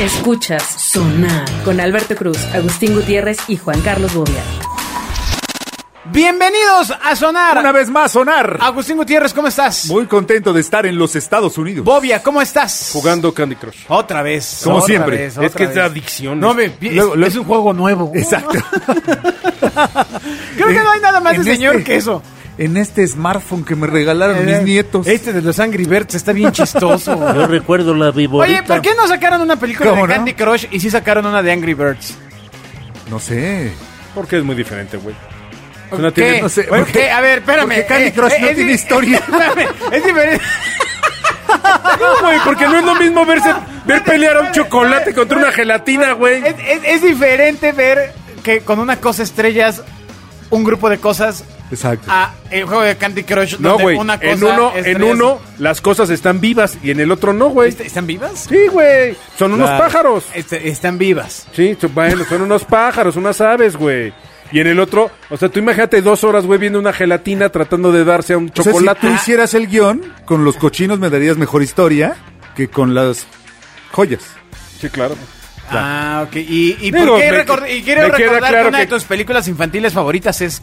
Escuchas Sonar con Alberto Cruz, Agustín Gutiérrez y Juan Carlos Bobia. Bienvenidos a Sonar. Una vez más, sonar. Agustín Gutiérrez, ¿cómo estás? Muy contento de estar en los Estados Unidos. Bobia, ¿cómo estás? Jugando Candy Crush. Otra vez. Como otra siempre. vez, es otra que es de vez. adicción. No, me, es, Luego, luego- es un juego nuevo. Exacto. Creo que no hay nada más En de señor este- que eso. En este smartphone que me regalaron mis nietos. Este de los Angry Birds está bien chistoso. Yo recuerdo la viborita. Oye, ¿por qué no sacaron una película de ¿Cómo no? Candy Crush y sí sacaron una de Angry Birds? No sé. Porque es muy diferente, güey. ¿Por No tiene- eh, no sé, ¿Por porque- qué? A ver, espérame. eh, porque Candy Crush no es tiene di- historia. Espérame, es diferente. No, güey, porque no es lo mismo verse, ver pelear a un chocolate contra una gelatina, güey. Es, es- es diferente ver que con una cosa estrellas un grupo de cosas Exacto. a el juego de Candy Crush No, donde güey. una cosa En uno, en estrellas- uno las cosas están vivas y en el otro no, güey. ¿Est- ¿Están vivas? Sí, güey. Son unos Claro. pájaros. Est- están vivas. Sí, son- bueno, son unos pájaros, unas aves, güey. Y en el otro, o sea, tú imagínate dos horas, güey, viendo una gelatina tratando de darse a un O sea, chocolate. si tú hicieras el guión, con los cochinos me darías mejor historia que con las joyas. Sí, claro. Ah, ok. ¿Y, y Digo, por qué me- record- y quiero me queda recordar que claro una de que- tus películas infantiles favoritas es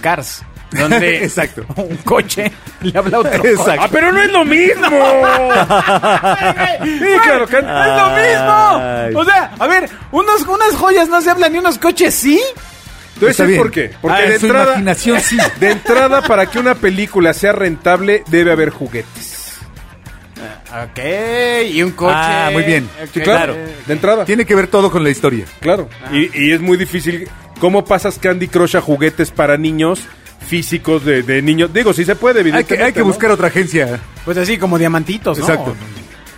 Cars. Donde Exacto. un coche le habla a otro coche. Exacto. ¡Ah, pero no es lo mismo! Sí, claro, que- Ah. ¡Es lo mismo! O sea, a ver, unos, unas joyas no se hablan ni unos coches, ¿sí? Entonces, Está ¿sí bien. por qué? Porque Ah, de, en su entrada, imaginación sí. de entrada, para que una película sea rentable, debe haber juguetes. Ok, y un coche. Ah, muy bien. Ok. Sí, claro. De entrada. Tiene que ver todo con la historia. Claro. Y, y es muy difícil. ¿Cómo pasas Candy Crush a juguetes para niños físicos de, de niños? Digo, sí se puede, Hay evidentemente. que, hay que ¿no? buscar otra agencia. Pues así, como diamantitos, ¿no? Exacto.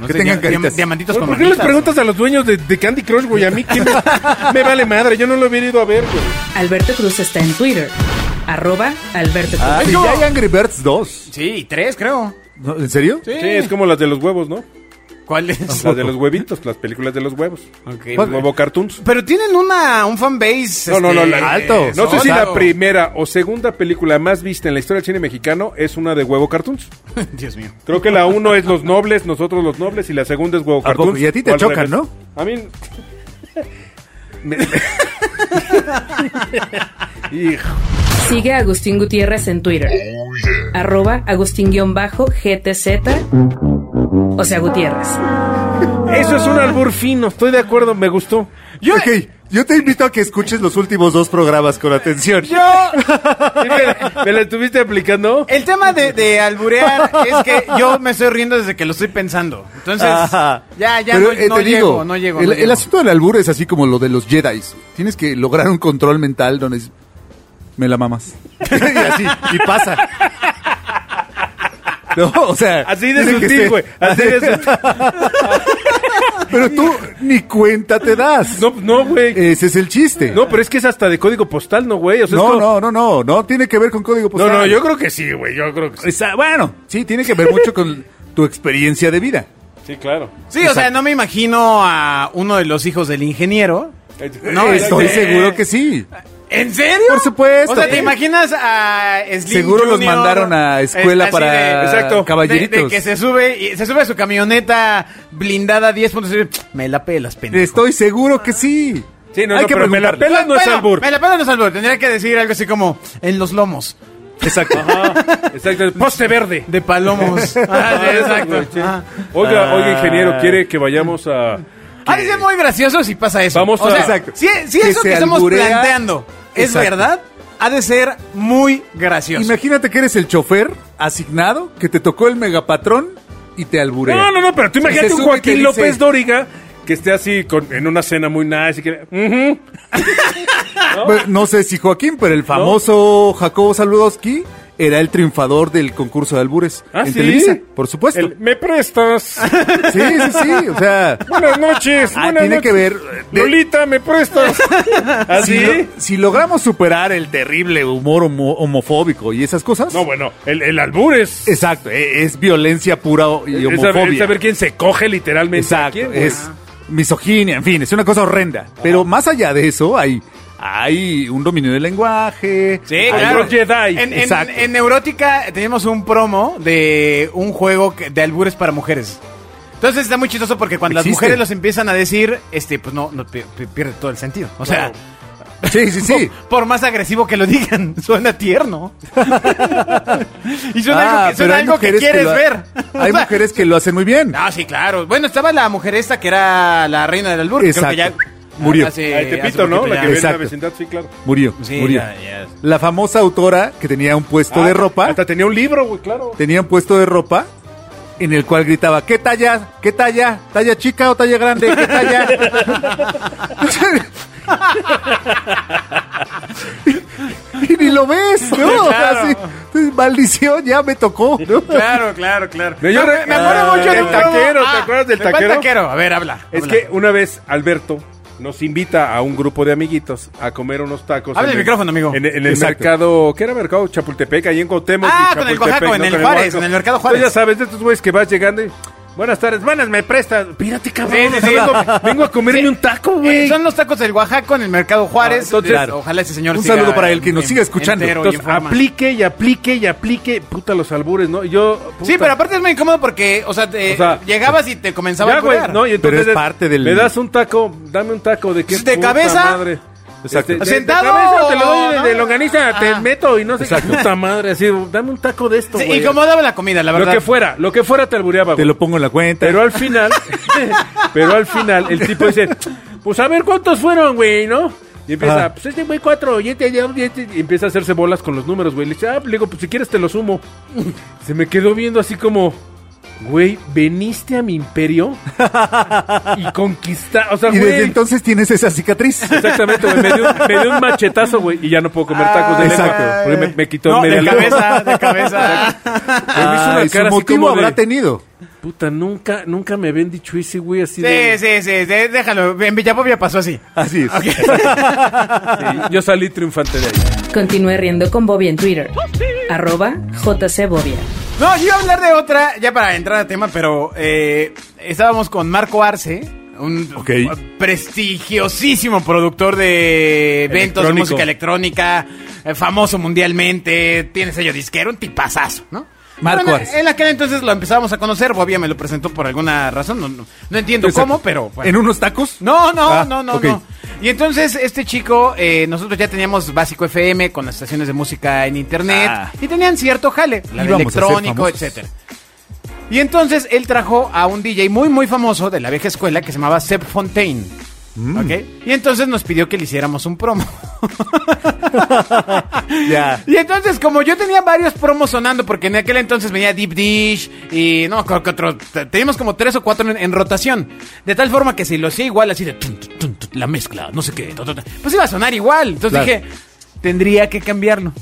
No Que sé, tengan diam- caritas. Diamantitos Oye, con ¿Por qué les manitas, preguntas a los dueños de, de Candy Crush, güey? A mí, ¿quién me, me vale madre? Yo no lo hubiera ido a ver, güey. Alberto Cruz está en Twitter, arroba Alberto Cruz. Ah, sí, no. ya hay Angry Birds 2. ¿no? Sí, tres, creo. ¿No? ¿En serio? Sí. es como las de los huevos, ¿no? ¿Cuál es? Las de los huevitos, las películas de los huevos. Ok. Los huevo cartoons. Pero tienen una, un fanbase. este, No, no, no, la- alto. No sé si la claro. primera o segunda película más vista en la historia del cine mexicano es una de huevo cartoons. Dios mío. Creo que la uno es Los Nobles, nosotros Los Nobles, y la segunda es Huevo ¿A poco? Ah, Cartoons. pues, Y a ti te o al chocan, revés. ¿no? A mí... Me- Hijo. Sigue a Agustín Gutiérrez en Twitter, arroba Agustín-GTZ, o sea Gutiérrez. Eso es un albur fino, estoy de acuerdo, me gustó. Yo, yo te invito a que escuches los últimos dos programas con atención. Yo, Sí, ¿Me la, me la estuviste aplicando? el tema de, de alburear es que yo me estoy riendo desde que lo estoy pensando. Entonces, Ajá. ya, ya Pero no, eh, no te llego, digo, no llego. el, no el llego. asunto del albur es así como lo de los Jedi. Tienes que lograr un control mental donde es, me la mamas. y así, y pasa. No, o sea. Así de tiene que ser- sutil, güey. Así de sutil. Pero tú ni cuenta te das. No, no, güey. Ese es el chiste. No, pero es que es hasta de código postal, ¿no, güey? O sea, Pues Eh. no, es pues, como- no, no, no, no tiene que ver con código postal. no, no, yo creo que sí, güey, yo creo que sí. Esa- bueno, sí, tiene que ver mucho con tu experiencia de vida. Sí, claro. Sí, o sea, no me imagino a uno de los hijos del ingeniero. Eh, No, Estoy este- seguro que sí. ¿En serio? Por supuesto. O sea, ¿te Sí. imaginas a Slim Seguro los Junior? mandaron a escuela Es- así para exacto, caballeritos. De, de que se sube, y- se sube a su camioneta blindada 10.6. Me la pelas, pendejo. Estoy seguro que sí. Sí, no, Hay no, que pero me la preguntarle. pelas no es Bueno, albur. Me la pelas no es albur. Tendría que decir algo así como en los lomos Exacto. Exacto, poste verde. de palomos. Ah, sí, exacto. Ah. Oiga, Ah. oiga, ingeniero, ¿quiere que vayamos a...? Ha de ser muy gracioso si pasa eso. Vamos o a- sea, Exacto. Si, si Que eso se que estamos alburea. planteando es Exacto. verdad, ha de ser muy gracioso. Imagínate que eres el chofer asignado que te tocó el megapatrón y te alburea. No, no, no, pero tú Y se imagínate un sube y te Joaquín dice, López Dóriga que esté así con- en una cena muy nice y que... Ujú. Bueno, Pues, No sé si Joaquín, pero el famoso Jacobo Saludowski era el triunfador del concurso de albures Ah, en ¿sí? Televisa, por supuesto. El, ¿Me prestas? Sí, sí, sí, o sea, Buenas noches. Ah, buenas tiene noches. que ver, eh, de- Lolita, ¿me prestas? ¿Ah, ¿Ah, si, ¿Así? lo- si logramos superar el terrible humor homo- homofóbico y esas cosas, No, bueno, el, el albur es... exacto, e- es, violencia pura o- y es saber, homofobia. es saber quién se coge literalmente. a Exacto, quién, güey. es misoginia, en fin, es una cosa horrenda. Ah. Pero más allá de eso, hay, hay un dominio del lenguaje. Sí, Al claro. Rock Jedi. En, en- Exacto. en Neurótica tenemos un promo de un juego que- de albures para mujeres. Entonces está muy chistoso porque cuando las Existe. mujeres los empiezan a decir, este, pues no, no pi- pi- pierde todo el sentido. O sea, Sí, sí, sí. por, por más agresivo que lo digan, suena tierno. y suena Ah, algo que, pero suena hay algo que mujeres quieres lo ha- ver. Hay O sea, mujeres que lo hacen muy bien. Ah, sí, claro. Bueno, estaba la mujer esta que era la reina del albur. que Creo que ya Exacto. Murió. hace- Ahí te hace pito, Ah, ¿no? poquito ya. La que ve en la Exacto. vecindad, sí, claro. Murió. Sí, murió. ya- ya. La famosa autora que tenía un puesto Ah, de ropa, Hasta tenía un libro, güey, claro. tenía un puesto de ropa en el cual gritaba, ¿qué talla? ¿Qué talla? ¿Talla chica o talla grande? ¿Qué talla? y ni lo ves, ¿no? O sea, Claro. sí, entonces, maldición, ya me tocó, ¿no? Claro, claro, claro. Yo No, re- me, me acuerdo Ah, mucho de el un programa- taquero, ¿te Ah, acuerdas del ¿de cuál taquero? A ver, habla. Es habla. que una vez Alberto nos invita a un grupo de amiguitos a comer unos tacos. Habla en el micrófono, amigo. En, en el Exacto. mercado, ¿qué era mercado? Chapultepec, ahí en Cuauhtémoc. Ah, y con el Chapultepec, Oaxaco, en el Oaxaco. Juárez, en el mercado Juárez. Entonces, ya sabes, de estos güeyes que vas llegando y... Buenas tardes, buenas, me prestas. Pírate, cabrón. Sí, sí, sí. vengo, vengo a comerme un taco, Eh, güey. son los tacos del Oaxaco en el mercado Juárez. Ah, entonces, Eh, claro. ojalá ese señor Un siga saludo para el que nos en- siga escuchando. entero y Entonces, en forma. aplique y aplique y aplique. Puta, los albures, ¿no? Y Yo... Sí, puta. pero aparte es muy incómodo porque, o sea, te- O sea, llegabas y te comenzaba Ya, a güey, curar. no, y entonces Pero es parte del- Le das un taco, dame un taco de qué ¿De puta cabeza? madre. Este, Exacto. de- ¿Sentado de cabeza, o te lo doy de, no? de longaniza, Ah. te meto y no sé qué puta madre, así, dame un taco de esto, Sí, güey. incomodaba la comida, la Lo verdad. que fuera, lo que fuera te albureaba, Te güey. lo pongo en la cuenta. Pero al final, pero al final el tipo dice, pues a ver cuántos fueron, güey, ¿no? Y empieza, Ajá. pues este güey cuatro, y este, y este, y este, y empieza a hacerse bolas con los números, güey. Le dice, ah, le digo, pues si quieres te lo sumo. Se me quedó viendo así como, güey, veniste a mi imperio y conquista, o sea, y güey. desde entonces tienes esa cicatriz. Exactamente, güey, me dio, me dio un machetazo, güey, y ya no puedo comer tacos de lengua, Ah, Exacto. porque me, me quitó No, media de lengua. cabeza, de cabeza. Me hizo una Ay, Ah, su cara así motivo como de, habrá tenido. Puta, nunca, nunca me habían dicho ese güey así de... Sí, sí, sí, sí, déjalo. En Villapopia pasó así. Así es. Sí, yo salí triunfante de ahí. ¿Ah, Continúe riendo con Bobby en Twitter. Arroba JCBobia. No, yo iba a hablar de otra, ya para entrar a tema, pero eh, estábamos con Marco Arce, un Ok. prestigiosísimo productor de eventos de Electrónico. música electrónica, eh, famoso mundialmente, tiene sello disquero, un tipazazo, ¿no? Marco Bueno, Arce. En aquel entonces lo empezábamos a conocer, Bobia me lo presentó por alguna razón, no, no- no entiendo Exacto. cómo, pero bueno. ¿En unos tacos? No, no, Ah, no, no, ok. no. Y entonces este chico, eh, nosotros ya teníamos Básico FM con las estaciones de música en internet Ah. y tenían cierto jale, la de Íbamos a ser electrónico, famosos. etcétera. Y entonces él trajo a un DJ muy muy famoso de la vieja escuela que se llamaba Seb Fontaine. Mm. ¿ok? Y entonces nos pidió que le hiciéramos un promo. Ya. Y entonces, como yo tenía varios promos sonando, porque en aquel entonces venía Deep Dish y no me acuerdo qué otro. te- Teníamos como tres o cuatro en, en rotación. De tal forma que si lo hacía igual, así de tun, tun, tun, tun, la mezcla, no sé qué, ta, ta, ta, pues iba a sonar igual. Entonces Claro. dije, tendría que cambiarlo.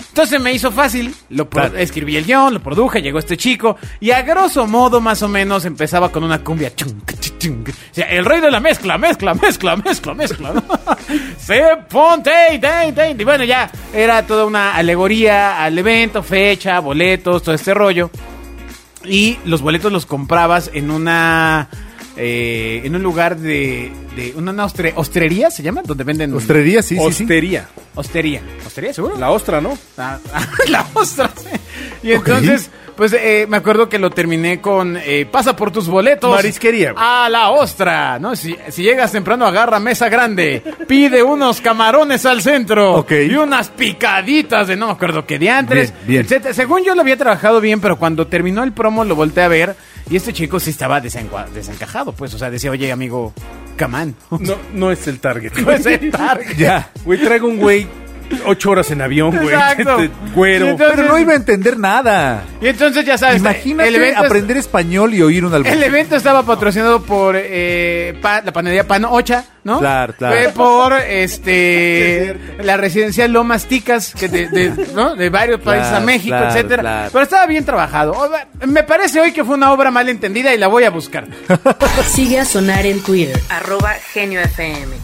Entonces me hizo fácil, lo pro- Claro. escribí el guión, lo produje, llegó este chico y a grosso modo más o menos empezaba con una cumbia. Chung, chi, chung. O sea, el rey de la mezcla, mezcla, mezcla, mezcla, mezcla. ¿no? Se ponte, ten, ten. y bueno, ya era toda una alegoría al evento, fecha, boletos, todo este rollo. Y los boletos los comprabas en una... eh, en un lugar de, de una, una ostre- ostrería, ¿se llama? Donde venden... Ostrería, sí, sí, sí. Hostería. Ostería. ¿Ostería, seguro? La ostra, ¿no? Ah, la ostra. Y entonces, pues eh, me acuerdo que lo terminé con eh, pasa por tus boletos. Marisquería, güey. A la ostra, ¿no? Si, si llegas temprano, agarra mesa grande. Pide unos camarones al centro. Ok. Y unas picaditas de no me acuerdo qué diantres. Bien, bien. etcétera. Según yo lo había trabajado bien, pero cuando terminó el promo lo volteé a ver. Y este chico sí estaba desencua- desencajado, pues. O sea, decía, oye, amigo, camán. No, no es el target. Pues el target. Ya. Güey, traigo un güey ocho horas en avión, güey. Exacto. Este Güero. Y entonces- Pero no iba a entender nada. Y entonces ya sabes, Imagínate el evento es- aprender español y oír un álbum. El evento estaba patrocinado por eh, pa- la panadería Pan Ocha, ¿no? Claro, claro. Fue por este la residencia Lomas Ticas, que de, de- ¿no? de varios países a Claro, México, claro, etcétera. claro. Pero estaba bien trabajado. O- Me parece hoy que fue una obra mal entendida y la voy a buscar. Sigue a sonar en Twitter. Arroba Genio FM.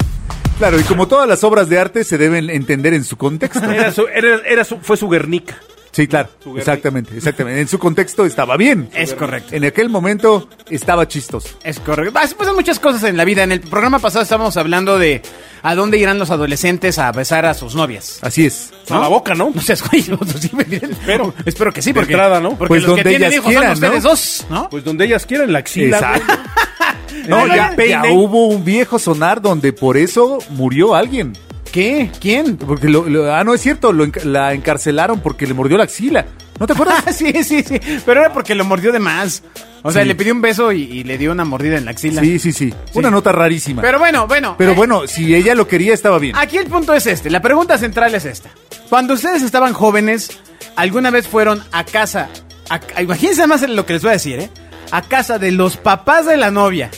Claro, y como todas las obras de arte se deben entender en su contexto. Era su, era, era su, fue su Guernica. Sí, claro. Su guerrilla. Exactamente, exactamente. En su contexto estaba bien. Es correcto. En aquel momento estaba chistoso. Es correcto. Ah, sí pasan muchas cosas en la vida. En el programa pasado estábamos hablando de a dónde irán los adolescentes a besar a sus novias. Así es. A la boca, ¿no? No seas güey, no, sí me dirán. Espero. Espero que sí, De porque. entrada, ¿no? Porque Pues los que donde tienen ellas hijos quieran, son ustedes ¿no? dos, ¿no? Pues donde ellas quieran, la axila. Exacto. güey. No, ya, Peine. ya hubo un viejo sonar donde por eso murió alguien. ¿Qué? ¿Quién? Porque lo, lo- ah, no es cierto, lo enc- la encarcelaron porque le mordió la axila. ¿No te acuerdas? Ah, sí, sí, sí. Pero era porque lo mordió de más. O sea, Sí. le pidió un beso y, y le dio una mordida en la axila. sí, sí, sí. Una nota rarísima. Pero Pero, bueno, bueno. eh, bueno, si ella lo quería, estaba bien. Aquí el punto es este, la pregunta central es esta. Cuando ustedes estaban jóvenes, ¿alguna vez fueron a casa? a- a- imagínense nada más lo que les voy a decir, ¿eh? A casa de los papás de la novia.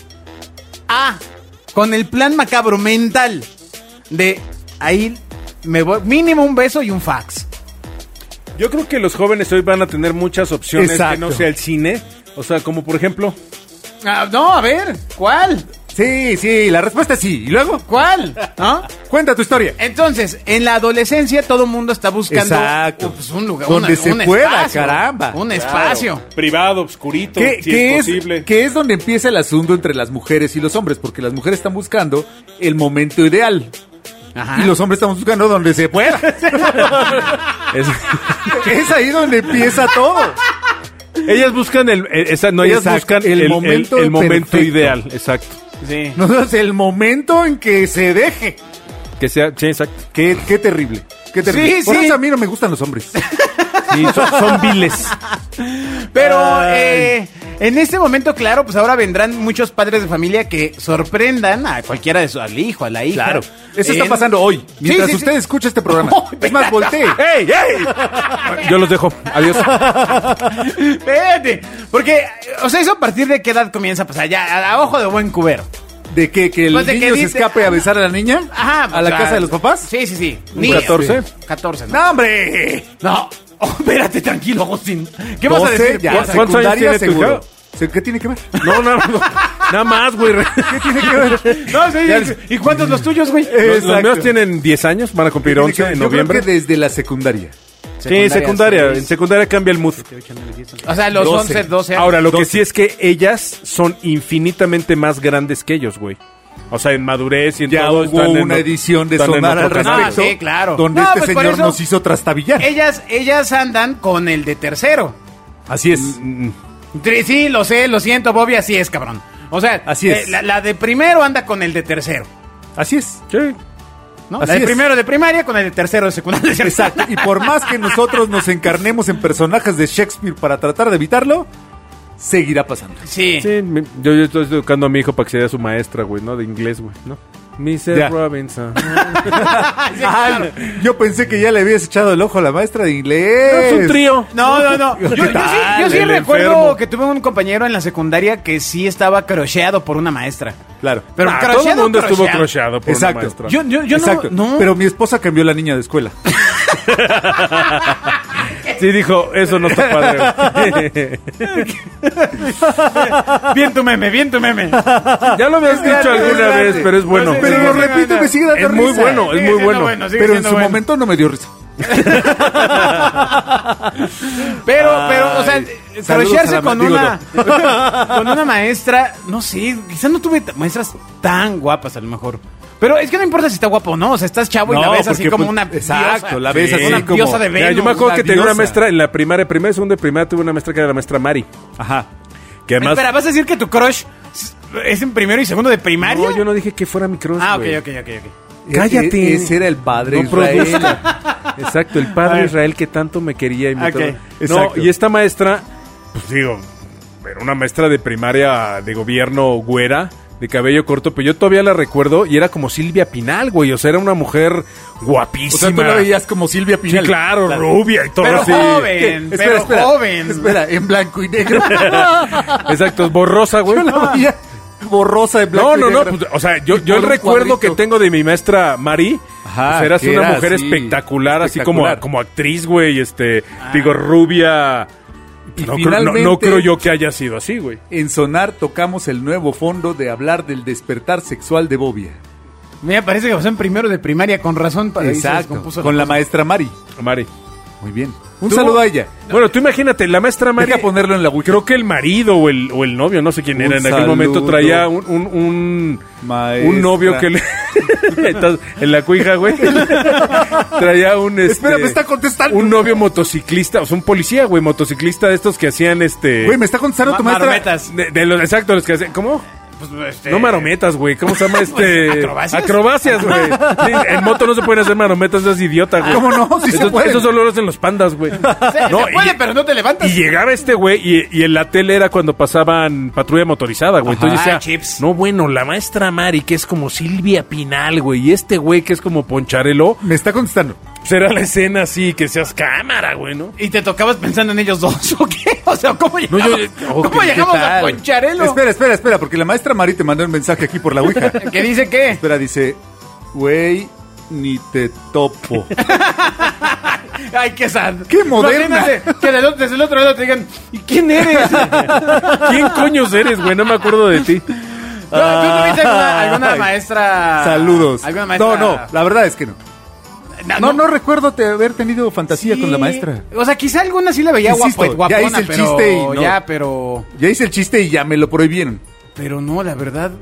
Ah, con el plan macabro mental de ahí me voy, mínimo un beso y un fax. Yo creo que los jóvenes hoy van a tener muchas opciones que Exacto. no sea el cine. O sea, como por ejemplo, Ah, no, a ver, ¿cuál? Sí, sí, la respuesta es sí. ¿Y luego? ¿Cuál? ¿No? Cuenta tu historia. Entonces, en la adolescencia todo el mundo está buscando Exacto. pues, un lugar, Donde una- se un pueda, espacio, caramba. Un espacio. privado, obscurito, ¿Qué, si qué es es, posible. qué es donde empieza el asunto entre las mujeres y los hombres? Porque las mujeres están buscando el momento ideal. Ajá. Y los hombres estamos buscando donde se pueda. Es- es ahí donde empieza todo. ellas buscan el, el- esa- no, ellas Exacto, buscan el el, el- el momento, momento perfecto. ideal, exacto. Sí. Nosotros el momento en que se deje. Que sea, sí, exacto. Qué, qué terrible. Qué terrible. Sí, Por sí. eso a mí no me gustan los hombres. Sí, son, son viles. Pero Ay. eh, en este momento, claro, pues ahora vendrán muchos padres de familia que sorprendan a cualquiera de su, al hijo, a la hija. Claro. Eh, Eso está En- pasando hoy. Mientras Sí, sí, sí. usted escucha este programa. es más, voltee. ¡Ey, ey! Yo los dejo. Adiós. Espérate. Porque, o sea, eso a partir de qué edad comienza a pasar. Ya, a, a ojo de buen cubero. ¿De qué? ¿Que el Pues de que niño se dice- escape a besar a la niña? Ajá. ¿A pues, la casa de los papás? Sí, sí, sí. ¿Un Niños. 14? 14, ¿no? ¡No, hombre! No. Oh, espérate, tranquilo, Agustín. ¿Qué vas a 12 decir? ya, ¿Qué vas a- ¿Cuántos años secundaria tiene tu seguro. hija? Se- ¿Qué tiene que ver? No, no, no. Nada más, güey. Los, ¿Qué tiene que ver? No, sí, Ya sí, les- ¿Y cuántos los tuyos, güey? Eh, los Exacto. míos tienen 10 años, van a cumplir Tiene que 11 ver. en Yo creo que noviembre. desde la secundaria. Sí, secundaria. En seis. secundaria cambia el mood. O sea, los 12. 11, 12 años. Ahora, lo que sí es que ellas son infinitamente más grandes que ellos, güey. O sea, en madurez y en Ya todo. hubo están en una o- edición de están en Sonar otro al canal. respecto. Ah, sí, claro. Donde No, este pues, por señor eso- nos hizo trastabillar. ellas, ellas andan con el de tercero. Así es. Mm, Tri- Sí, lo sé, lo siento, Bobby, así es, cabrón. O sea, eh, Así es. la, la de primero anda con el de tercero. Así es. Sí. ¿no? Así La de es. primero de primaria con el de tercero de secundaria. Exacto. Y por más que nosotros nos encarnemos en personajes de Shakespeare para tratar de evitarlo, seguirá pasando. Sí. Sí, me- yo, yo estoy educando a mi hijo para que sea su maestra, güey, ¿no? De inglés, güey, ¿no? Mrs. Ya. Robinson. Ay, yo pensé que ya le habías echado el ojo a la maestra de inglés. es un trío. No, no, no. Yo, ¿Qué yo sí, tal? yo sí El recuerdo enfermo. que tuve un compañero en la secundaria que sí estaba crocheado por una maestra. Claro. Pero Ah, crocheado, todo el mundo estuvo crocheado. crocheado por Exacto. una maestra. Yo, yo, yo no- Exacto. no. Pero mi esposa cambió a la niña de escuela. Sí, dijo, eso no está padre. güey. Bien tu meme, bien tu meme. ya lo habías dicho Grande, alguna grande. vez, pero es bueno. Pues, Pero sí, lo sí, repito sí, y me sigue dando Es muy risa. bueno, es Sigue muy siendo bueno. sigue Pero en siendo su bueno. momento no me dio risa. Pero, pero, o sea, Ay, saludos a crochearse la con una, mandíbula. con una maestra, no sé, quizás no tuve t- maestras tan guapas a lo mejor. Pero es que no importa si está guapo o no, o sea, estás chavo y la No, ves así porque, como pues, una exacto, diosa, la ves como así una como- diosa de Mira, Venus. yo me acuerdo la que tenía una diosa. maestra en la primaria, primera y segunda de primaria, tuve una maestra que era la maestra Mari. Ajá. Que además... Espera, ¿vas a decir que tu crush es en primero y segundo de primaria? No, yo no dije que fuera mi crush, ah, ok, güey. ok, ok, ok. Cállate. E- e- ese era el padre No Israel. produzca. Exacto, el A padre ver. Israel que tanto me quería y me Ok, todo. exacto. No, y esta maestra, pues digo, era una maestra de primaria de gobierno güera, de cabello corto, pero yo todavía la recuerdo y era como Silvia Pinal, güey. O sea, era una mujer O guapísima. sea, tú la veías como Silvia Sí, Pinal. claro, rubia y todo Pero así. joven. ¿Qué? Pero joven. Espera, en blanco y negro. Exacto, borrosa, güey. Yo la veía borrosa de blanco No, no, y no. negro. pues, o sea, yo, Y yo el con un recuerdo cuadrito. que tengo de mi maestra Mari. Ajá, pues, eras que una era mujer así, espectacular, así como, espectacular. Ah. como actriz, güey. Este, digo, rubia. Y No, creo- no- no finalmente, creo yo que haya sido así, güey. En Sonar tocamos el nuevo fondo de hablar del despertar sexual de Bobia. Me parece que pasó en primero de primaria, con razón. para- ahí se Exacto. descompuso Con la cosa. maestra Mari. Mari. Muy bien. Un Tú- saludo a ella. Bueno, tú imagínate, la maestra María. Deja ponerlo en la wiki. Creo que el marido o el, o el novio, no sé quién era, Un en aquel momento saludo. traía un, un, un, Maestra. un novio que le. Entonces, en la cuija, güey. traía un. Este, Espera, me está contestando. Un novio motociclista, o sea, un policía, güey, motociclista de estos que hacían este. Güey, me está contestando Ma- tu maestra. marometas. de, de los exacto, los que hacían. ¿Cómo? Pues, este- No marometas, güey. ¿Cómo se llama este? ¿Acrobacias? Acrobacias, güey. Sí, en moto no se pueden hacer marometas, seas idiota, güey. ¿Cómo no? Sí se Esos- pueden. Esos solo lo hacen los pandas, güey. Se, se No, puede, y- pero no te levantas. Y llegaba este güey y, y en la tele era cuando pasaban patrulla motorizada, güey. Entonces Ajá. decía, Ah, chips. no, bueno, la maestra Mari, que es como Silvia Pinal, güey, y este güey que es como Poncharelo, Me está contestando. será la escena así, que seas cámara, güey, ¿no? ¿Y te tocabas pensando en ellos dos o qué? O sea, ¿cómo yo- llegamos, oh, ¿cómo ¿qué- llegamos qué a tal? Poncharelo? Espera, espera, espera, porque la maestra Mari te mandó un mensaje aquí por la Ouija. ¿Qué dice qué? espera, dice, güey, ni te topo. Ay, qué sad. ¡Qué moderna! Imagínate que del otro- desde el otro lado te digan, ¿y quién eres? ¿Quién coños eres, güey? No me acuerdo de ti. ¿Tú, tú tuviste alguna, alguna Ay. maestra? Saludos. Ah, ¿Alguna maestra? Ah, No, no, la verdad es que no. No, no recuerdo te haber tenido fantasía Sí. con la maestra. O sea, quizá alguna sí la veía Insisto, guapo, guapona, ya hice el pero chiste y no. ya, pero Ya hice el chiste y ya me lo prohibieron. pero no, la verdad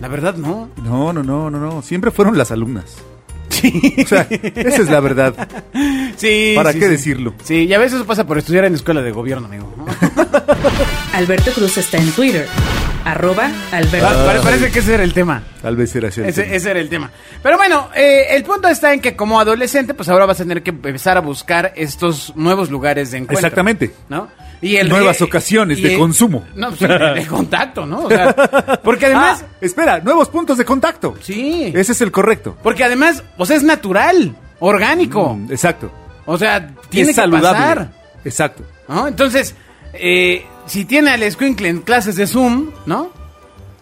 la verdad no. No, no, no, no, no. Siempre fueron las alumnas. O sea, esa es la verdad. Sí, ¿Para sí, qué sí. decirlo? Sí, y a veces eso pasa por estudiar en escuela de gobierno, amigo. ¿no? Alberto Cruz está en Twitter. Arroba Pa- Alberto. pare- parece que ese era el tema. Tal vez era así. el Ese, tema. ese era el tema. Pero bueno, eh, el punto está en que como adolescente, pues ahora vas a tener que empezar a buscar estos nuevos lugares de encuentro. Exactamente. ¿No? Y el- Nuevas ocasiones de consumo. No, pues, de, de contacto, ¿no? O sea, porque además, Ah, espera, nuevos puntos de contacto. sí. Ese es el correcto. Porque además, o sea, es natural, orgánico. Mm, Exacto. O sea, tiene es que saludable. pasar. Exacto. ¿no? Entonces, eh, si tiene al Squinkle en clases de Zoom, ¿no?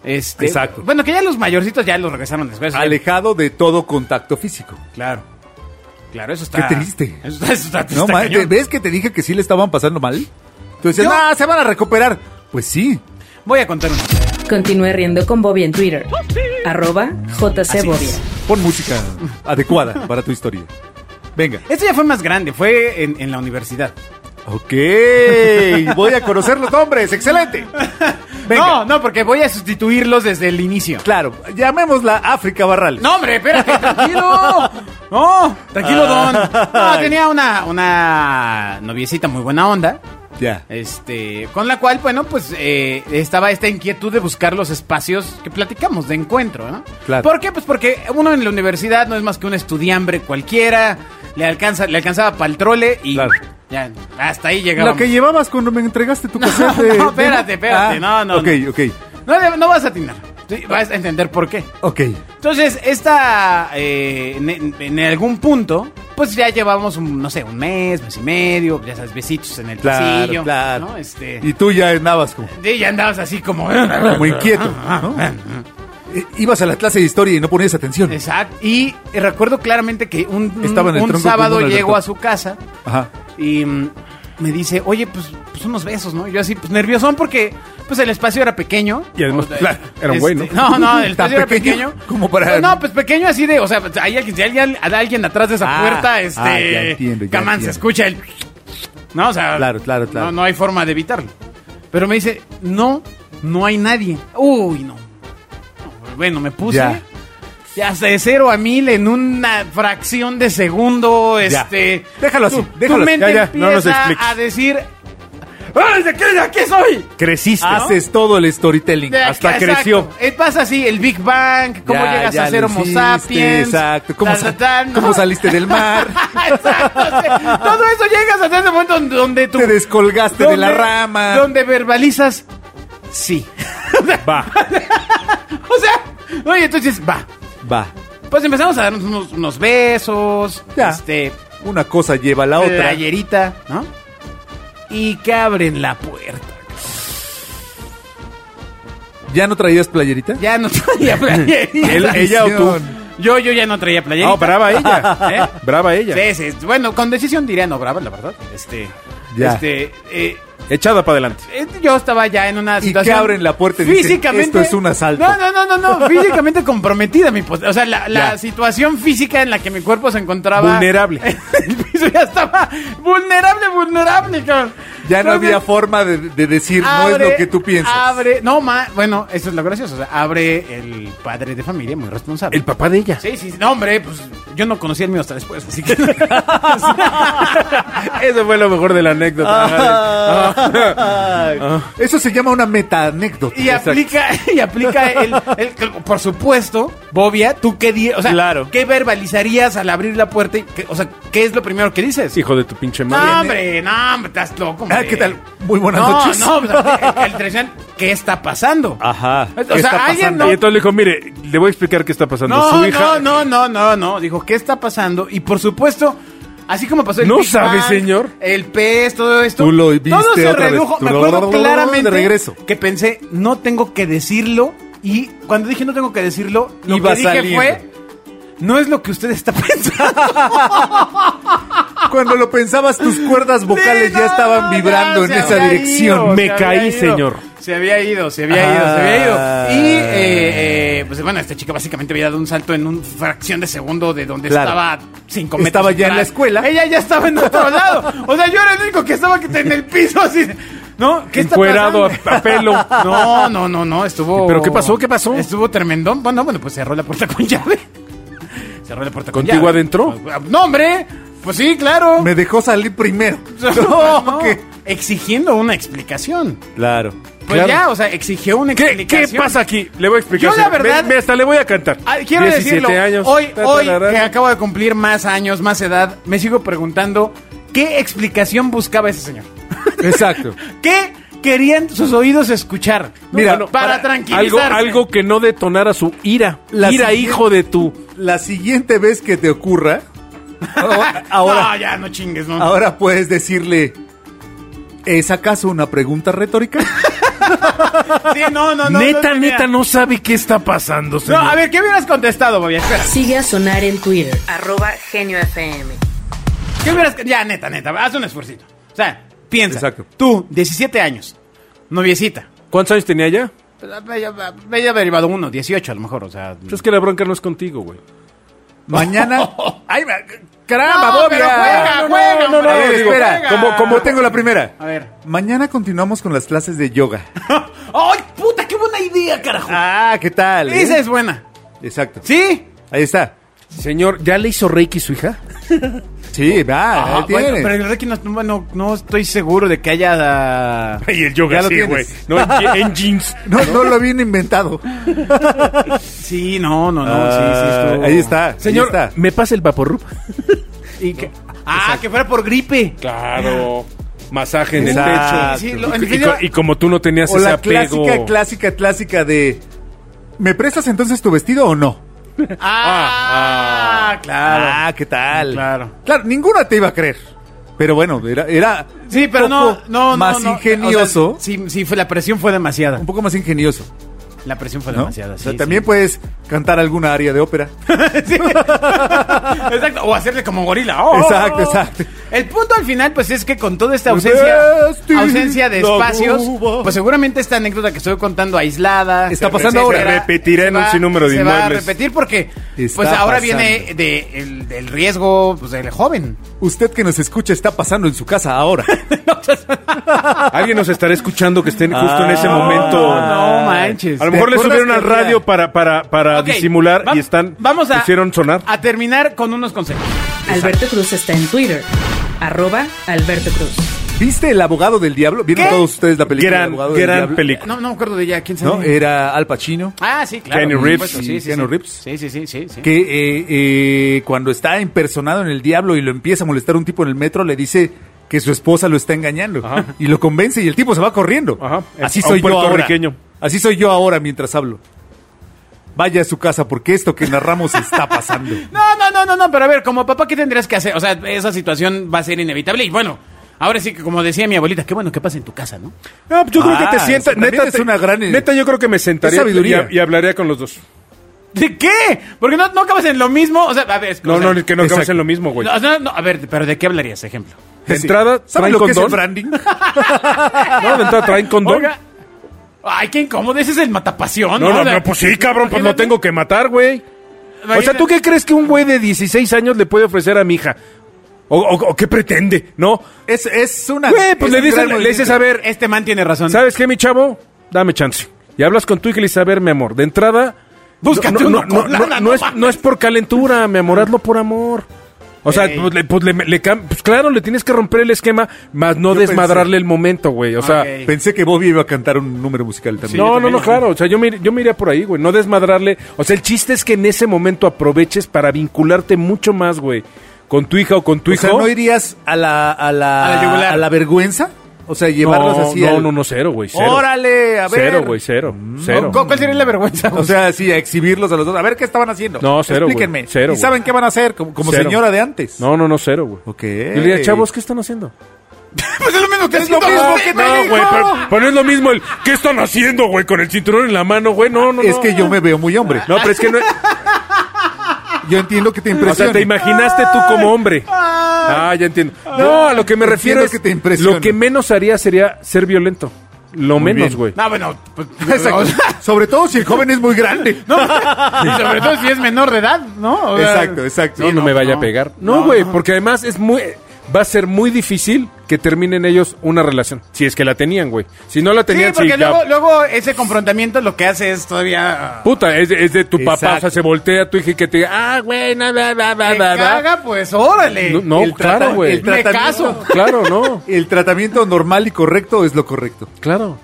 Este, Exacto. Bueno, que ya los mayorcitos ya los regresaron después. Alejado de todo contacto físico. Claro. Claro, eso está. Qué triste. Eso está, eso está- No, está ma- cañón. ¿te- ¿ves que te dije que sí le estaban pasando mal? Tú decías, Yo- "Ah, se van a recuperar. Pues sí. Voy a contar una. Continúe riendo con Bobby en Twitter. Arroba JC Bobia. Pon música adecuada para tu historia. Venga. Esto ya fue más grande, fue en, en la universidad. Ok. Voy a conocer los nombres. Excelente. Venga. No, no, porque voy a sustituirlos desde el inicio. Claro. Llamémosla África Barrales. No, hombre, espérate, tranquilo. No, tranquilo, Ah. Don. No, tenía una, una noviecita muy buena onda. Ya. Este, con la cual, bueno, pues eh, estaba esta inquietud de buscar los espacios que platicamos de encuentro, ¿no? Claro. ¿Por qué? Pues porque uno en la universidad no es más que un estudiambre cualquiera, le alcanza, le alcanzaba pa'l trole y Claro. ya, hasta ahí La llegábamos. que llevabas cuando me entregaste tu cassette. de- Ah, no, espérate, espérate, no, no, Ok, no. ok. No, le- no vas a atinar, sí, vas a entender por qué. Ok. Entonces, esta, eh, en, en algún punto, pues ya llevamos, un, no sé, un mes, mes y medio, ya sabes, besitos en el Claro, pasillo, claro. ¿no? Este... Y tú ya andabas como, Sí, ya andabas así como... como Ah, inquieto. ¿no? Eh, Ibas a la clase de historia y no ponías atención. Exacto. Y recuerdo claramente que un, un- Estaba en el un tronco sábado común, Alberto. llego a su casa Ajá. y mm, me dice, oye, pues, pues unos besos, ¿no? Y yo así, pues nerviosón porque pues el espacio era pequeño. Y además, O- este, claro, era un güey, ¿no? No, no, el Tan espacio era pequeño pequeño. como para- No, pues pequeño así de, o sea, hay alguien, si hay alguien, hay alguien atrás de esa Ah, puerta, ah, este... ya entiendo, ya Camán, se entiendo. escucha el... No, o sea... Claro, claro, claro. No, no hay forma de evitarlo. Pero me dice, no, no hay nadie. Uy, no. No, Bueno, me puse... Ya. Ya de cero a mil en una fracción de segundo, Ya. este... Déjalo así, tu- déjalo Tu así. mente Ya, ya, empieza no nos expliques. a decir... ¡Ah, ¡Ay, de aquí, de aquí soy! Creciste. Haces todo el storytelling. Ah, De hasta aquí, creció. exacto. Eh, Pasa así, el Big Bang, cómo Ya, llegas ya a ser lo homo hiciste, sapiens. Exacto. ¿Cómo, ta, sa- ta, ta, ¿no? cómo saliste del mar? exacto. sí. Todo eso llegas hasta ese momento donde, donde tú... Te descolgaste de la donde- rama. Donde verbalizas, sí. Va. o sea, oye, entonces, va. Va. Pues empezamos a darnos unos, unos besos, Ya. este, Una cosa lleva a la otra. playerita, ¿no? Y que abren la puerta. ¿Ya no traías playerita? Ya no traía playerita. Él- ella o tú. Yo, yo ya no traía playerita. No, brava ¿Eh? ella. Brava ella. Sí, sí. Bueno, con decisión diría no brava, la verdad. Este, Ya. este, eh, Echada para adelante. Eh, Yo estaba ya en una Y situación. que abren la puerta y dicen, "Esto es un asalto". No, no, no, no, no. Físicamente comprometida mi pos- O sea, la, la Ya. situación física en la que mi cuerpo se encontraba. Vulnerable. El piso ya estaba vulnerable, vulnerable, cabrón. Ya no Entonces, había forma de, de decir, no es abre- lo que tú piensas. Abre. No, ma, bueno, eso es lo gracioso. O sea, abre el padre de familia, muy responsable. El papá de ella. Sí, sí, sí. no, hombre, pues yo no conocí el mío hasta después, así que. Eso fue lo mejor de la anécdota. Ah. Ay. Eso se llama una metaanécdota. Ah. Y Exacto. aplica, y aplica el, el- el- Por supuesto, Bobia, ¿tú qué di- o sea, Claro. ¿qué verbalizarías al abrir la puerta? y qué- o sea, ¿qué es lo primero que dices? Hijo de tu pinche no, madre. hombre, no, hombre, estás loco. Ah, hombre. ¿qué tal? Muy buenas no, noches. Ah, No, o sea, el, el tradicional, ¿qué está pasando? Ajá. O ¿qué está sea, alguien pasando? no. Y entonces le dijo, mire, le voy a explicar qué está pasando. No, Su no, hija... no, no, no, no. Dijo, ¿qué está pasando? Y por supuesto, así como pasó el No Big sabe, Bang, señor. El pez, todo esto. Tú lo viste Todo se otra vez. redujo. Me acuerdo De claramente regreso. que pensé, no tengo que decirlo. Y cuando dije no tengo que decirlo, lo Iba que dije saliendo. fue, no es lo que usted está pensando. Cuando lo pensabas, tus cuerdas vocales Sí, ya no, estaban no, vibrando ya en se esa había dirección. ido, Me se caí, había ido. señor. Se había ido, se había ido, se había Ah. ido. Y, eh, eh, pues bueno, esta chica básicamente había dado un salto en una fracción de segundo de donde Claro. estaba cinco metros. Estaba ya en la escuela. Ella ya estaba en otro lado. O sea, yo era el único que estaba que- en el piso así. ¿No? ¿Qué está Encuerado pasando? a- a pelo. No, no, no, no. Estuvo. ¿Pero qué pasó? ¿Qué pasó? Estuvo tremendón. Bueno, bueno, pues cerró la puerta con llave. Cerró la puerta con llave. ¿Contigo adentro? No, hombre. Pues sí, claro. Me dejó salir primero. No, No, ¿qué? Exigiendo una explicación. Claro. Pues ya, o sea, exigió una ¿Qué, qué explicación. pasa aquí? Le voy a explicar. Yo, la señor. verdad- Me- me hasta le voy a cantar. Ah, quiero 17 decirlo, años. hoy, Ta, ta, hoy ra, ra. que acabo de cumplir más años, más edad, me sigo preguntando qué explicación buscaba ese señor. Exacto. ¿Qué querían sus oídos escuchar? Mira, Bueno, para, tranquilizar Algo, algo que no detonara su ira. La ira, siguiente- hijo de tu. La siguiente vez que te ocurra, ahora, Ahora. No, ahora, ya, no chingues, Oh, no. ahora puedes decirle. ¿Es acaso una pregunta retórica? Sí, no, no, no. neta, no, neta, no. no sabe qué está pasando, No, señor. a ver, ¿qué hubieras contestado, Bobia? Espera. Sigue a sonar en Twitter, arroba Genio FM. ¿Qué hubieras... Ya, neta, neta, haz un esfuercito. O sea, piensa. Exacto. Tú, 17 años, noviecita. ¿Cuántos años tenía ya? Pues, ah, Me haya derivado uno, 18 a lo mejor, o sea... ah, Pues es que la bronca no es contigo, güey. Mañana. ¡Ay, ma- caramba, No, Bobia! pero juega, No, no, juega, no, no, hombre, a ver, digo, espera. juega. Como, como tengo la primera. A ver. Mañana continuamos con las clases de yoga. ¡Ay, puta, qué buena idea, carajo! Ah, ¿qué tal? eh? Esa es buena. Exacto. ¿Sí? Ahí está. Señor, ¿ya le hizo Reiki su hija? Sí, va, Ah, ahí bueno, tienes. pero el Reiki no, no, no estoy seguro de que haya... ah, Y el Ya yoga lo sí, tienes. güey. No, en, je- en jeans. No, no lo habían inventado. Sí, no, no, no, sí, sí. Ah, estuvo- ahí está. Señor, ahí está. ¿me pasa el vaporrup? Y que- Ah, que fuera por gripe. Claro. Masaje en Exacto. Sí, el lo- en pecho. Y, definitiva- co- y como tú no tenías O ese la apego. clásica, clásica, clásica de. ¿Me prestas entonces tu vestido o no? Ah, claro. Ah, ¿qué tal? Claro. Claro, ninguna te iba a creer. Pero bueno, era. era Sí, pero un no, poco no, no. Más no, ingenioso. o sea, sí, sí, fue, la presión fue demasiada. Un poco más ingenioso. La presión fue ¿no? demasiada, O sí. sea, sí. también puedes cantar alguna área de ópera. Sí. exacto. O hacerle como gorila. ¡Oh! Exacto, exacto. El punto al final, pues es que con toda esta ausencia, Vesti ausencia de la espacios, uva. pues seguramente esta anécdota que estoy contando aislada. Está se pasando ahora. repetirá, Repetirá se en un sinnúmero de se va a inmuebles. repetir porque, Está pues ahora pasando. viene de, el- del riesgo pues, del joven. Usted que nos escucha está pasando en su casa ahora. Alguien nos estará escuchando que estén justo en ese Ah. momento. No, no manches. A lo mejor ¿Te le acuerdas subieron al que había- radio para, para, para Ok, disimular vam- y están. Vamos a, Pusieron sonar. a terminar con unos consejos. Alberto Cruz está en Twitter, arroba Alberto Cruz. ¿Viste El Abogado del Diablo? ¿Vieron ¿Qué? todos ustedes la película El gran, Abogado del gran Diablo? película. No, no me acuerdo de ella. ¿Quién sabe? ¿No? Era Al Pacino. Ah, sí, claro. Keanu por Reeves supuesto, y Sí, sí, Keanu sí. Reeves. Sí, sí, sí, sí, sí. Que eh, eh, cuando está impersonado en el diablo y lo empieza a molestar un tipo en el metro, le dice que su esposa lo está engañando. Ajá. Y lo convence y el tipo se va corriendo. Ajá. Así A un soy yo ahora. puertorriqueño. Así soy yo ahora mientras hablo. Vaya a su casa porque esto que narramos está pasando. No, no, no, no, no, pero a ver, como papá, ¿qué tendrías que hacer? O sea, esa situación va a ser inevitable. Y bueno, ahora sí que, como decía mi abuelita, qué bueno que pasa en tu casa, ¿no? No, yo creo Ah, que te sientas. eso también Neta, es te- una gran- neta, yo creo que me sentaría Es sabiduría. y, y hablaría con los dos. ¿De qué? Porque no, no acabas en lo mismo. O sea, a ver. No, o sea, no, que no acabas exacto. en lo mismo, güey. no, no, no, a ver, pero ¿de qué hablarías, ejemplo? De Sí. entrada, ¿Saben traen lo que es el condón. branding? no, de entrada, traen condón. Oiga. Ay, qué incómodo. Ese es el matapasión. no, no, Ah, O sea, no, pues sí, cabrón, pues lo imagínate- tengo que matar, güey. O sea, imagínate- ¿tú qué crees que un güey de 16 años le puede ofrecer a mi hija? ¿O, o- o qué pretende? No. Es, es una. Güey, es pues le un gran dices, le dices, movimiento. a ver, Este man tiene razón. ¿sabes qué, mi chavo? Dame chance. Y hablas con tu hija y le dices, a ver, mi amor, de entrada... Búscate no, no, uno no, con no, lana, no no es, mames. no es por calentura, mi amor, hazlo por amor. O sea, Ey. pues, le- pues, le- le cam- pues, claro, le tienes que romper el esquema, más no Yo desmadrarle el momento, güey. O sea, Ok. Pensé que Bobby iba a cantar un número musical también. yo no, no, también. no, claro. O sea, yo me, yo me iría por ahí, güey. No desmadrarle. O sea, el chiste es que en ese momento aproveches para vincularte mucho más, güey. Con tu hija o con tu o hijo. sea, ¿no irías a la, a la, A la yugular. a la vergüenza? O sea, llevarlos no, así. No, al- no, no, cero, güey. Cero. Órale, a ver. Mm, Cero, güey, cero. Cero. ¿Cu- ¿Cuál sería la vergüenza? O sea, sí, a exhibirlos a los dos. A ver qué estaban haciendo. No, cero, güey. Explíquenme. Cero, ¿Y güey. saben qué van a hacer? Como, como Cero. señora de antes. No, no, no, cero, güey. Ok. Yo le diría, chavos, ¿qué están haciendo? pues es lo mismo que Es lo haciendo- mismo que te No, digo. güey, pero, pero no es lo mismo el ¿qué están haciendo, güey? Con el cinturón en la mano, güey. No, no, Es no. que yo me veo muy hombre. No, pero es que no. O Yo entiendo que te sea, impresiona. te imaginaste tú como hombre. Ah, ya entiendo. No, a lo que me Entiendo refiero es que te impresiona. lo que menos haría sería ser violento. Lo menos, bien. güey. No, bueno. pues, o sea, Exacto. Sobre todo si el joven es muy grande. no, y sobre todo si es menor de edad, ¿no? O sea, Exacto, exacto. Sí, no, no, me vaya no. a pegar. No, No, güey, no. porque además es muy va a ser muy difícil que terminen ellos una relación. Si es que la tenían, güey. Si no la Sí, tenían, sí, porque ya- luego, luego ese confrontamiento lo que hace es todavía... Puta, es de, es de tu papá, o sea, Exacto. se voltea tu hija y que te diga, ah, güey, na, na, na, na, Te na, na". caga, pues órale. No, no, El claro, tratado- güey. el Me tratamiento- caso. Claro, no, El tratamiento normal y correcto es lo correcto. claro.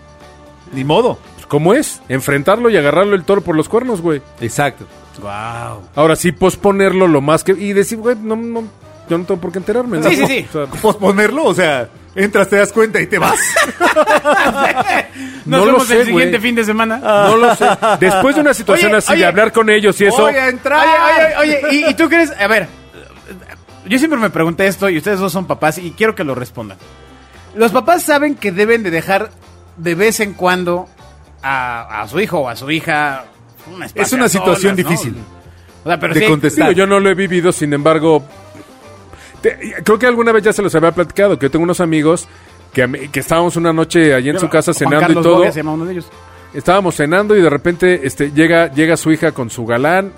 Ni modo. Pues, ¿Cómo es? Enfrentarlo y agarrarlo el toro por los cuernos, güey. Exacto. Wow. Ahora sí, posponerlo lo más que... Y decir, güey, no, no, yo no tengo por qué enterarme. ¿no? Sí, sí, sí. O sea, Posponerlo, o sea, entras, te das cuenta y te vas. Nos No lo vemos sé, el siguiente güey. fin de semana. no lo sé. Después de una situación Oye, así, oye. de hablar con ellos y eso... Voy a entrar. Oye, oye, oye, ¿y, y tú crees? A ver, yo siempre me pregunté esto y ustedes dos son papás y quiero que lo respondan. Los papás saben que deben de dejar de vez en cuando a, a su hijo o a su hija. un espacio Es una a solas, situación ¿no? difícil O sea, pero de sí, contestar. Digo, yo no lo he vivido, sin embargo. te- creo que alguna vez ya se los había platicado, que yo tengo unos amigos que, a mí- que estábamos una noche allí en su casa Juan cenando Carlos y todo. Bogue se llama uno de ellos. Estábamos cenando y de repente este, llega, llega su hija con su galán.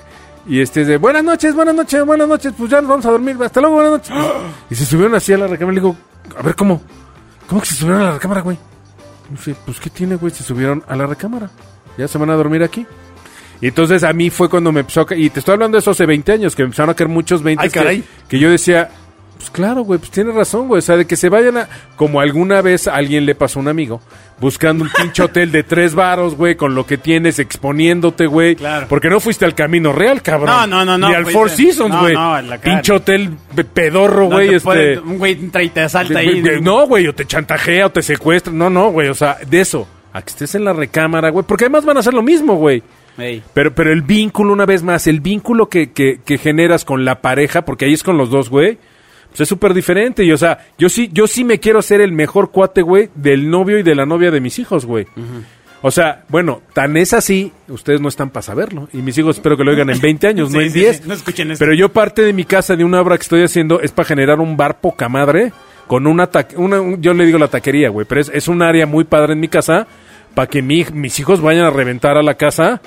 Y este de, buenas noches, buenas noches, buenas noches, pues ya nos vamos a dormir, hasta luego, buenas noches. Y se subieron así a la recámara y le digo, a ver, ¿cómo? ¿Cómo que se subieron a la recámara, güey? No sé, pues ¿qué tiene, güey? Se subieron a la recámara. Ya se van a dormir aquí. Y entonces a mí fue cuando me empezó a ca- Y te estoy hablando de eso hace 20 años, que me empezaron a caer muchos 20 Ay, caray. Que, que yo decía, pues claro, güey, pues tienes razón, güey. O sea, de que se vayan a... Como alguna vez a alguien le pasó a un amigo, buscando un pinche hotel de tres varos, güey, con lo que tienes, exponiéndote, güey. Claro. Porque no fuiste al Camino Real, cabrón. No, no, no, no, Ni al fuiste- Four Seasons, no, güey. no, en la cara. pinche hotel pe- pedorro, No, güey. te este... puede- un güey entra y te asalta Güey, ahí. güey, No, güey, o te chantajea o te secuestra. No, no, güey, o sea, de eso. A que estés en la recámara, güey. Porque además van a hacer lo mismo, güey. Ey. Pero, pero el vínculo, una vez más, el vínculo que, que, que generas con la pareja, porque ahí es con los dos, güey, pues es súper diferente. Y, o sea, yo sí, yo sí me quiero ser el mejor cuate, güey, del novio y de la novia de mis hijos, güey. O sea, bueno, tan es así, ustedes no están para saberlo. Y mis hijos espero que lo oigan en 20 años, no Sí, en sí, 10. sí, no escuchen esto. Pero yo parte de mi casa, de una obra que estoy haciendo, es para generar un bar poca madre con una, ta- una un- yo le digo la taquería, güey, pero es, es un área muy padre en mi casa para que mi- mis hijos vayan a reventar a la casa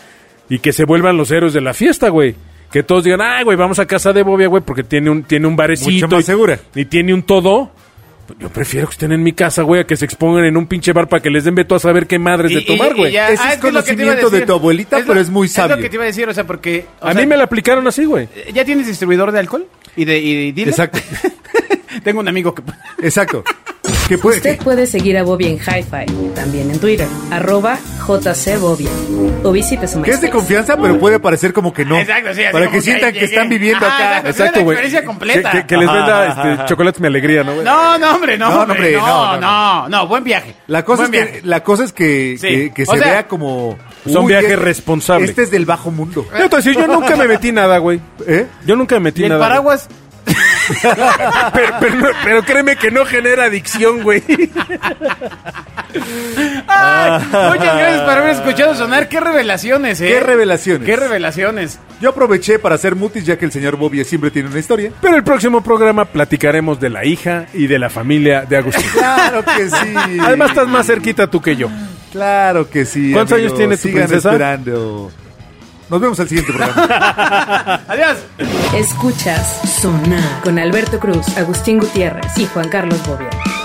y que se vuelvan los héroes de la fiesta, güey. Que todos digan, ay, güey, vamos a casa de Bobia, güey, porque tiene un, tiene un barecito. Mucho más y- segura. Y tiene un todo. Pues Yo prefiero que estén en mi casa, güey, a que se expongan en un pinche bar para que les den veto a saber qué madres de Y- y- tomar, y güey. ya- ah, Ese es que lo que te iba a conocimiento de decir. tu abuelita, lo- pero es muy Es lo sabio. que te iba a decir, o sea, porque... o A sea, mí me la aplicaron así, güey. ¿Ya tienes distribuidor de alcohol? ¿Y de, y de dealer? Exacto. Tengo un amigo que... Exacto. Que puede, Usted que- puede seguir a Bobia en Hi-Fi, también en Twitter, arroba jcbobia, o visite su que es de MySpace. confianza, pero puede parecer como que no. Exacto, sí, así Para como que sientan ahí que están llegué. viviendo Ajá, acá. exacto. Exacto, güey. experiencia completa. Que, que- que les Ajá, venda ajá, este, ajá. chocolates mi alegría, ¿no, güey? No, no, hombre, no, No, hombre, hombre, no, no, no, no, no, buen viaje. La cosa, es Buen que, viaje. la cosa es que, Sí. que- que O se sea, vea como... son "Uy, viajes responsables". Este es del bajo mundo. Eh. Yo te voy a decir, yo nunca me metí nada, güey. ¿Eh? Yo nunca me metí ¿Y el nada. güey. paraguas? pero, pero no- pero créeme que no genera adicción, güey. Ay, muchas gracias por haber escuchado sonar. Qué revelaciones, eh. Ah. Qué revelaciones. Qué revelaciones. Yo aproveché para hacer mutis ya que el señor Bobby siempre tiene una historia. Pero el próximo programa platicaremos de la hija y de la familia de Agustín. Claro que sí. Además estás más cerquita tú que yo. Claro que sí. ¿Cuántos años tiene tu Sigan princesa? esperando. Nos vemos al siguiente programa. Adiós. Escuchas Sonar con Alberto Cruz, Agustín Gutiérrez y Juan Carlos Bobia.